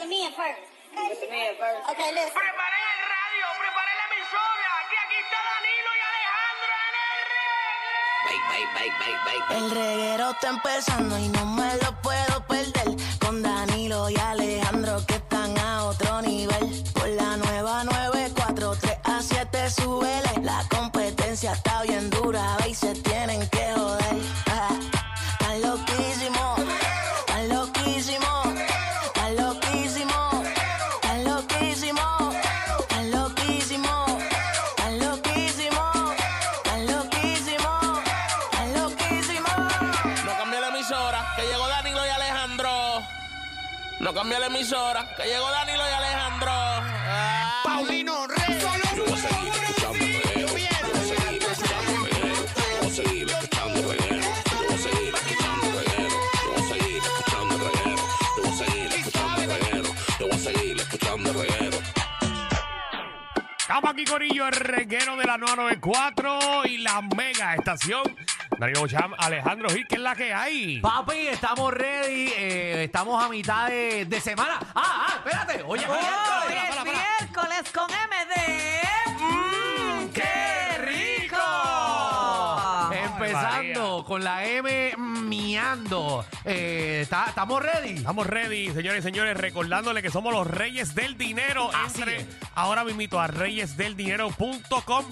to me at first. Listen to me at first. Okay, listen. Preparé el radio, preparé la emisora. Aquí, aquí está Danilo y Alejandro en el reggae. El reguero está empezando y no me lo puedo perder. Con Danilo y Alejandro que están a otro nivel. Por la nueva 943 a 7 súbele. La competencia está bien dura ve, y se tienen que joder. Ah, Están loquísimos, están loquísimos, están loquísimos, están loquísimos, están loquísimos, están loquísimos, están loquísimos, están loquísimos. No cambia la emisora, que llegó Danilo y Alejandro. No cambia la emisora, que llegó Danilo y Alejandro. Ah. Paulino Rey. Yo voy a seguir escuchando el reguero. Yo voy a seguir escuchando el reguero. Yo voy a seguir escuchando el reguero. Yo voy a seguir escuchando el reguero. Yo voy a seguir escuchando el reguero. Yo voy a seguir escuchando el reguero. Yo voy a seguir escuchando el reguero. Estamos aquí Corillo, el reguero de la 994 y la mega estación. Danilo Bocham, Alejandro Gil, que es la que hay. Papi, estamos ready, eh, estamos a mitad de, de semana. Ah, ah, espérate. Oye, oye, Oh, espérate, es para, para, para. miércoles con MD. Mmm, Mm, ¡Qué rico! Empezando con la M miando. Eh, está- estamos ready. Estamos ready, señores y señores, recordándole que somos los Reyes del Dinero. Así Entre es. ahora mismito a reyesdeldinero.com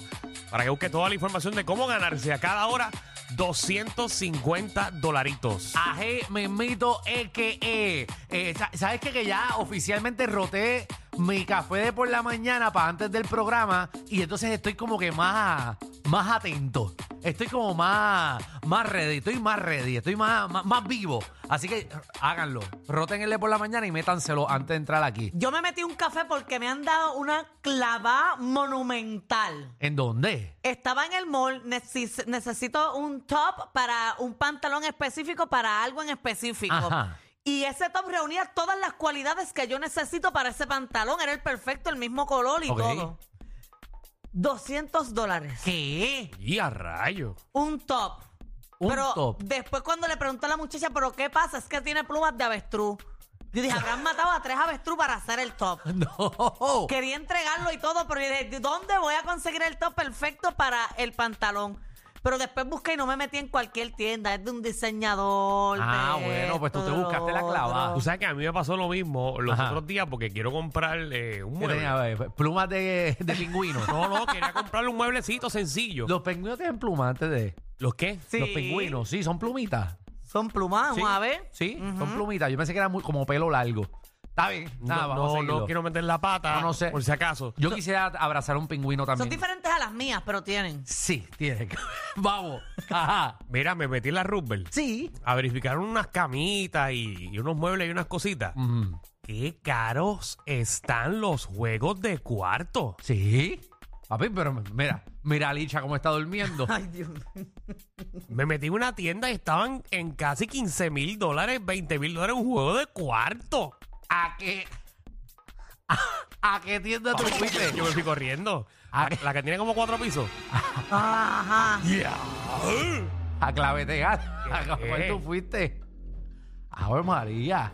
para que busque toda la información de cómo ganarse a cada hora 250 dolaritos. Aje, memito, EKE. E Eh, sa- ¿Sabes qué? Que ya oficialmente roté mi café de por la mañana para antes del programa y entonces estoy como que más, más atento. Estoy como más, más ready, estoy más ready, estoy más, más, más vivo. Así que háganlo. Roten el de por la mañana y métanselo antes de entrar aquí. Yo me metí un café porque me han dado una clavada monumental. ¿En dónde? Estaba en el mall, neces- necesito un top para un pantalón específico para algo en específico. Ajá. Y ese top reunía todas las cualidades que yo necesito para ese pantalón. Era el perfecto, el mismo color y Ok. todo. 200 dólares. ¿Qué? Y a rayo. Un top. Un pero top. después cuando le preguntó a la muchacha, pero ¿qué pasa? Es que tiene plumas de avestruz. Yo dije, habrán matado a tres avestruz para hacer el top. No. Quería entregarlo y todo, pero yo dije, "¿De ¿dónde voy a conseguir el top perfecto para el pantalón? Pero después busqué y no me metí en cualquier tienda, es de un diseñador. Ah, de bueno, pues tú te esto, de lo buscaste la clavada. otro. Tú sabes que a mí me pasó lo mismo los Ajá. otros días porque quiero comprar eh, un ¿Qué mueble. tenía? eh, Plumas de, de pingüino. No, no, quería comprarle un mueblecito sencillo. Los pingüinos tienen plumas antes de. ¿Los qué? Sí. Los pingüinos, sí, son plumitas. Son plumas, Sí, vamos a ver. Sí, son plumitas. Yo pensé que era muy, como pelo largo. Está bien. Nada, no, Ah, vamos a no, seguirlo. no quiero meter la pata, No, no sé. por si acaso. Yo quisiera abrazar a un pingüino Son también. diferentes a las mías, pero tienen. Sí, tiene que. vamos. Ajá. Mira, me metí en la Rubel Sí. a verificar unas camitas y, y unos muebles y unas cositas. Mm, Qué caros están los juegos de cuarto. sí. Papi, pero mira, mira a Licha cómo está durmiendo. Ay, Dios mío. Me metí en una tienda y estaban en casi 15 mil dólares, 20 mil dólares un juego de cuarto. ¿A qué? ¿A, qué tienda tú fuiste? Yo me fui corriendo. Ah. La, la que tiene como cuatro pisos. Ajá. A clavetear. ¿A ¿Qué? cuál tú fuiste? Ave María.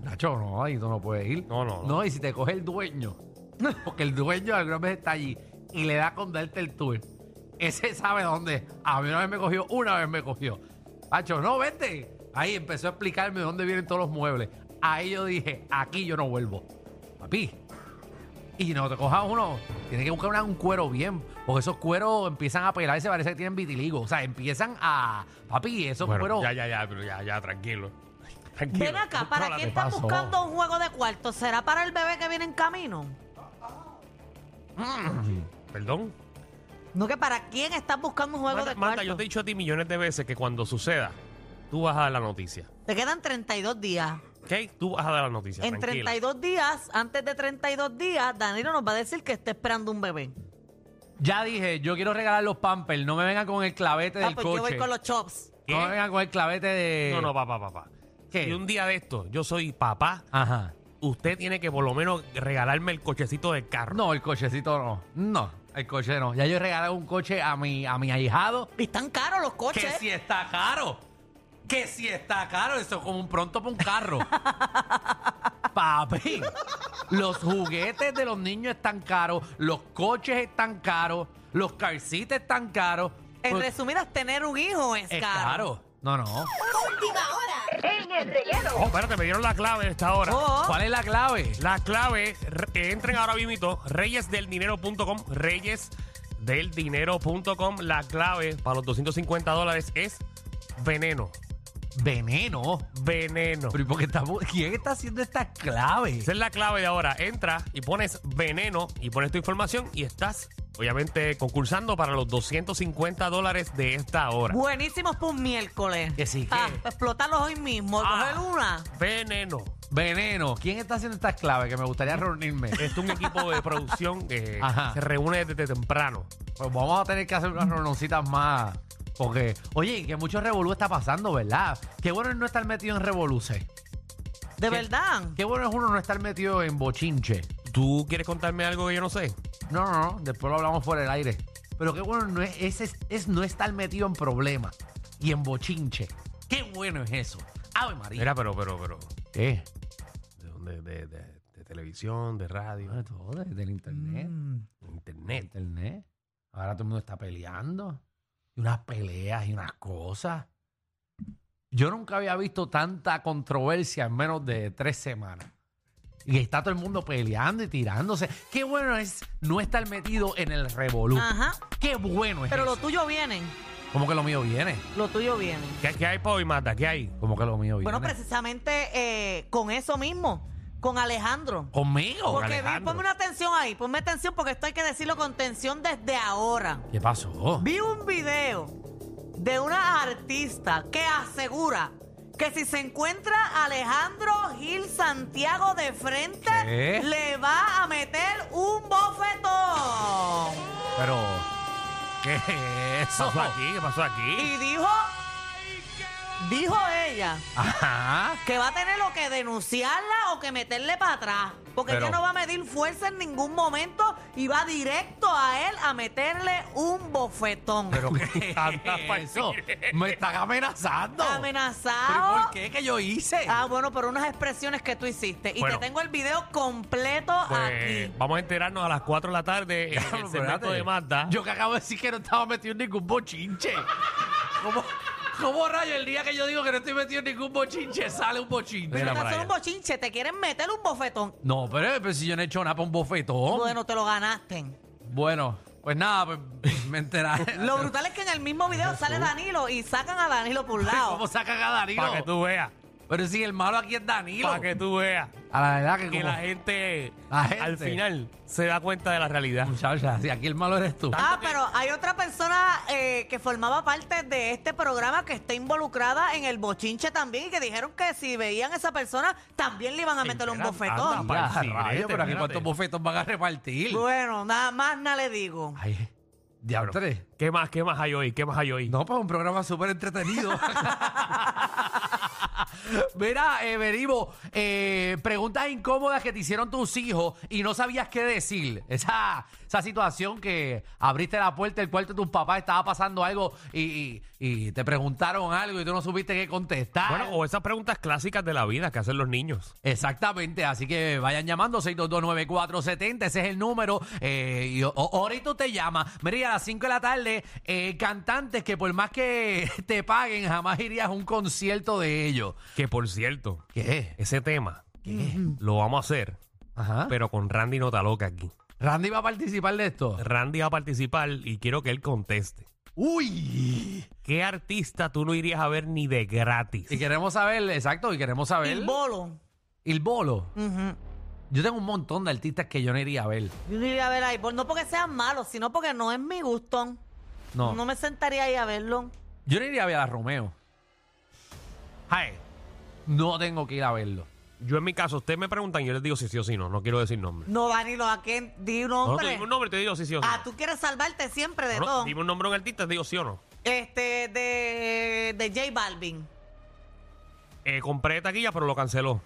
Nacho, no, ahí tú no puedes ir. No, no, no. No, y si te coge el dueño, porque el dueño alguna vez está allí y le da con darte el tour, ese sabe dónde. A mí una vez me cogió, una vez me cogió. Nacho, no, vete. Ahí empezó a explicarme dónde vienen todos los muebles. Ahí yo dije, aquí yo no vuelvo. Papi, y no te cojas uno. Tienes que buscar una- un cuero bien. Porque esos cueros empiezan a pelar y se parece que tienen vitiligo. O sea, empiezan a. Papi, esos Bueno, cueros. ya, ya, ya, pero ya, ya, tranquilo. Tranquilo. Ven acá, ¿para Contrólate. quién están pasó? buscando un juego de cuarto? ¿Será para el bebé que viene en camino? Perdón. No, que para quién estás buscando un juego Marta, de Marta, cuarto. yo te he dicho a ti millones de veces que cuando suceda, tú vas a dar la noticia. Te quedan 32 días. ¿Ok? Tú vas a dar la noticia. en tranquila. 32 días, antes de 32 días, Danilo nos va a decir que está esperando un bebé. Ya dije, yo quiero regalar los pampers. No me vengan con el clavete Ah, del pues coche. yo voy con los chops. No me ¿Qué? vengan con el clavete de. No, no, papá, papá. Eh, ¿Qué? Y un día de esto, yo soy papá, Ajá. usted tiene que por lo menos regalarme el cochecito del carro. No, el cochecito no. No, el coche no. Ya yo he regalado un coche a mi, a mi ahijado. Y están caros los coches. Que si está caro. Que si está caro. Eso es como un pronto para un carro. Papi, los juguetes de los niños están caros, los coches están caros, los calcites están caros. En Pues, resumidas, tener un hijo es, es caro. caro. No, no. Oh, espérate, me dieron la clave en esta hora. Oh, ¿Cuál es la clave? La clave, re- entren ahora mismo, reyesdeldinero.com, reyesdeldinero.com. La clave para los 250 dólares es veneno, Veneno. veneno. Pero ¿y por qué está bu- ¿Quién está haciendo estas claves? Esa es la clave de ahora. Entras y pones veneno y pones tu información y estás, obviamente, concursando para los 250 dólares de esta hora. buenísimos para un miércoles. Que sí, Ah, que- pues explotarlos hoy mismo. Ah. Coger una. Veneno. Veneno. ¿Quién está haciendo estas claves? Que me gustaría reunirme. Este Es un equipo de producción eh, Ajá. que se reúne desde temprano. Pues vamos a tener que hacer unas reunioncitas más. Porque, oye, que mucho revolú está pasando, ¿verdad? Qué bueno es no estar metido en revoluce. De verdad. Qué bueno es uno no estar metido en bochinche. ¿Tú quieres contarme algo que yo no sé? No, no, no, después lo hablamos por el aire. Pero qué bueno no es, es, es- es no estar metido en problemas y en bochinche. Qué bueno es eso. Ave María. Mira, pero, pero, pero. ¿Qué? ¿De dónde? De, de- de televisión, de radio, Bueno, todo desde el internet. Mm. de De internet. internet. Ahora todo el mundo está peleando. Y unas peleas y unas cosas. Yo nunca había visto tanta controversia en menos de tres semanas. Y está todo el mundo peleando y tirándose. Qué bueno es no estar metido en el revolú. Ajá. Qué bueno es Pero lo eso. tuyo vienen. Como que lo mío viene. Lo tuyo viene. ¿Qué, qué hay para hoy, Mata? ¿Qué hay? Como que lo mío Pues viene. Bueno, precisamente eh, con eso mismo. Con Alejandro. Conmigo. Porque vi, Alejandro. ponme una atención ahí, ponme atención porque esto hay que decirlo con tensión desde ahora. ¿Qué pasó? Vi un video de una artista que asegura que si se encuentra a Alejandro Gil Santiago de frente, ¿Qué? le va a meter un bofetón. Pero. ¿Qué es ¿Qué eso? pasó aquí? ¿Qué pasó aquí? Y dijo, dijo ella, Ajá. que va a tener o que denunciarla o que meterle para atrás. Porque Pero- ella no va a medir fuerza en ningún momento y va directo a él a meterle un bofetón. ¿Pero qué es eso? Me están amenazando. ¿Pero y Amenazado. por qué que yo hice? oh. Ah, bueno, por unas expresiones que tú hiciste. Y Bueno. te tengo el video completo Pues, aquí. vamos a enterarnos a las 4 de la tarde en Pero el segmento espérate. de Mata. Yo que acabo de decir que no estaba metido en ningún bochinche. ¿Cómo, cómo rayo el día que yo digo que no estoy metido en ningún bochinche sale un bochinche? Mira Te para hacen allá. un bochinche, te quieren meter un bofetón. No, pero, pero si yo no he hecho nada para un bofetón. Bueno, Bueno, te lo ganaste. pues nada, pues me enteraré. Lo brutal es que en el mismo video sale Danilo y sacan a Danilo por un ¿Cómo lado. sacan a Danilo? Para que tú veas. Pero si el malo aquí es Danilo. Para que tú veas. A la verdad que Que como... la gente, La gente. al final se da cuenta de la realidad. Muchacha, si aquí el malo eres tú. Ah, pero hay otra persona eh, que formaba parte de este programa que está involucrada en el bochinche también y que dijeron que si veían a esa persona también le iban a meter un Espera, bofetón. anda. Ya, pa'l rayo, cibrete, pero aquí espérate. cuántos bofetos van a repartir. Bueno, nada más nada le digo. Ay, diablo. ¿Qué más? ¿Qué más hay hoy? ¿Qué más hay hoy? No, pues un programa súper entretenido. Mira, eh, venimos. eh, preguntas incómodas que te hicieron tus hijos y no sabías qué decir. Esa, esa situación que abriste la puerta del cuarto de tus papás, estaba pasando algo y, y- y te preguntaron algo y tú no supiste qué contestar. Bueno, o esas preguntas clásicas de la vida que hacen los niños. Exactamente, así que vayan llamando 6229470, ese es el número. eh, y o- o- ahorita te llama. Mira, y a las 5 de la tarde, eh, cantantes que por más que te paguen, jamás irías a un concierto de ellos. Que por cierto, ¿Qué? ese tema lo vamos a hacer, Ah. Ajá. pero con Randy Notaloca aquí. Randy va a participar de esto. Randy va a participar y quiero que él conteste. ¡Uy! ¿Qué artista tú no irías a ver ni de gratis? Y queremos saber, exacto, y queremos saber. El bolo. El bolo. Ujú. Yo tengo un montón de artistas que yo no iría a ver. Yo no iría a ver a Ivonne, no porque sean malos, sino porque no es mi gusto. No. No, me sentaría ahí a verlo. Yo no iría a ver a Romeo. Ay, no tengo que ir a verlo. Yo en mi caso, ustedes me preguntan y yo les digo si sí o si no. No quiero decir nombre. No, Danilo, ¿a quién? Di un No, no te nombre. digo un nombre, te digo si sí o si Ah, no. tú quieres salvarte siempre de No, no, todo. dime un nombre a un artista, te digo sí o no. Este, de, de J Balvin. Eh, compré taquilla, pero lo canceló.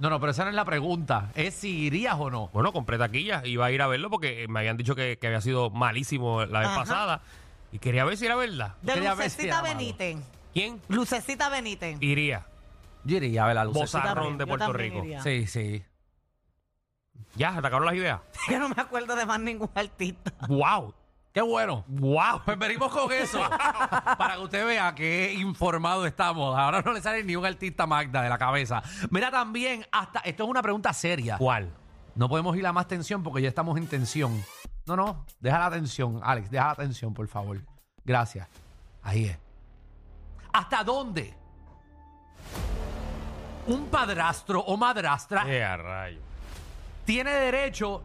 No, no, pero esa no es la pregunta. Es si irías o no. Bueno, compré taquilla, iba a ir a verlo porque eh, me habían dicho que, que había sido malísimo la vez Ajá. pasada. Y quería ver si era verdad. De Quería ver si Lucecita era malo. Benítez. ¿Quién Lucecita Benítez. iría? Yo iría a ver la luz. Bozarrón también, de yo Puerto también Rico. iría. Sí, sí. Ya, se te acabaron las ideas. Yo no me acuerdo de más ningún artista. ¡Wow! ¡Qué bueno! ¡Wow! Pues venimos con eso para que usted vea qué informado estamos. Ahora no le sale ni un artista Magda de la cabeza. Mira también, hasta esto es una pregunta seria. ¿Cuál? No podemos ir a más tensión porque ya estamos en tensión. No, no, deja la tensión, Alex, deja la tensión, por favor. Gracias. Ahí es. ¿Hasta dónde? Un padrastro o Ah. madrastra Eh, a rayo. tiene derecho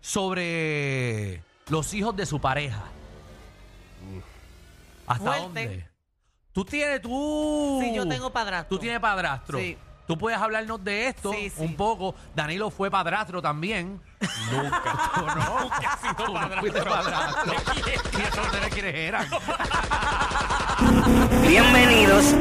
sobre los hijos de su pareja. ¿Hasta Fuerte. dónde? Tú tienes tú. Sí, yo tengo padrastro. Tú tienes padrastro. Sí. Tú puedes hablarnos de esto Sí, sí. un poco. Danilo fue padrastro también. Nunca. Tú no. Nunca has sido padrastro. fuiste padrastro. ¿Quiénes son ustedes quiénes eran? Bienvenidos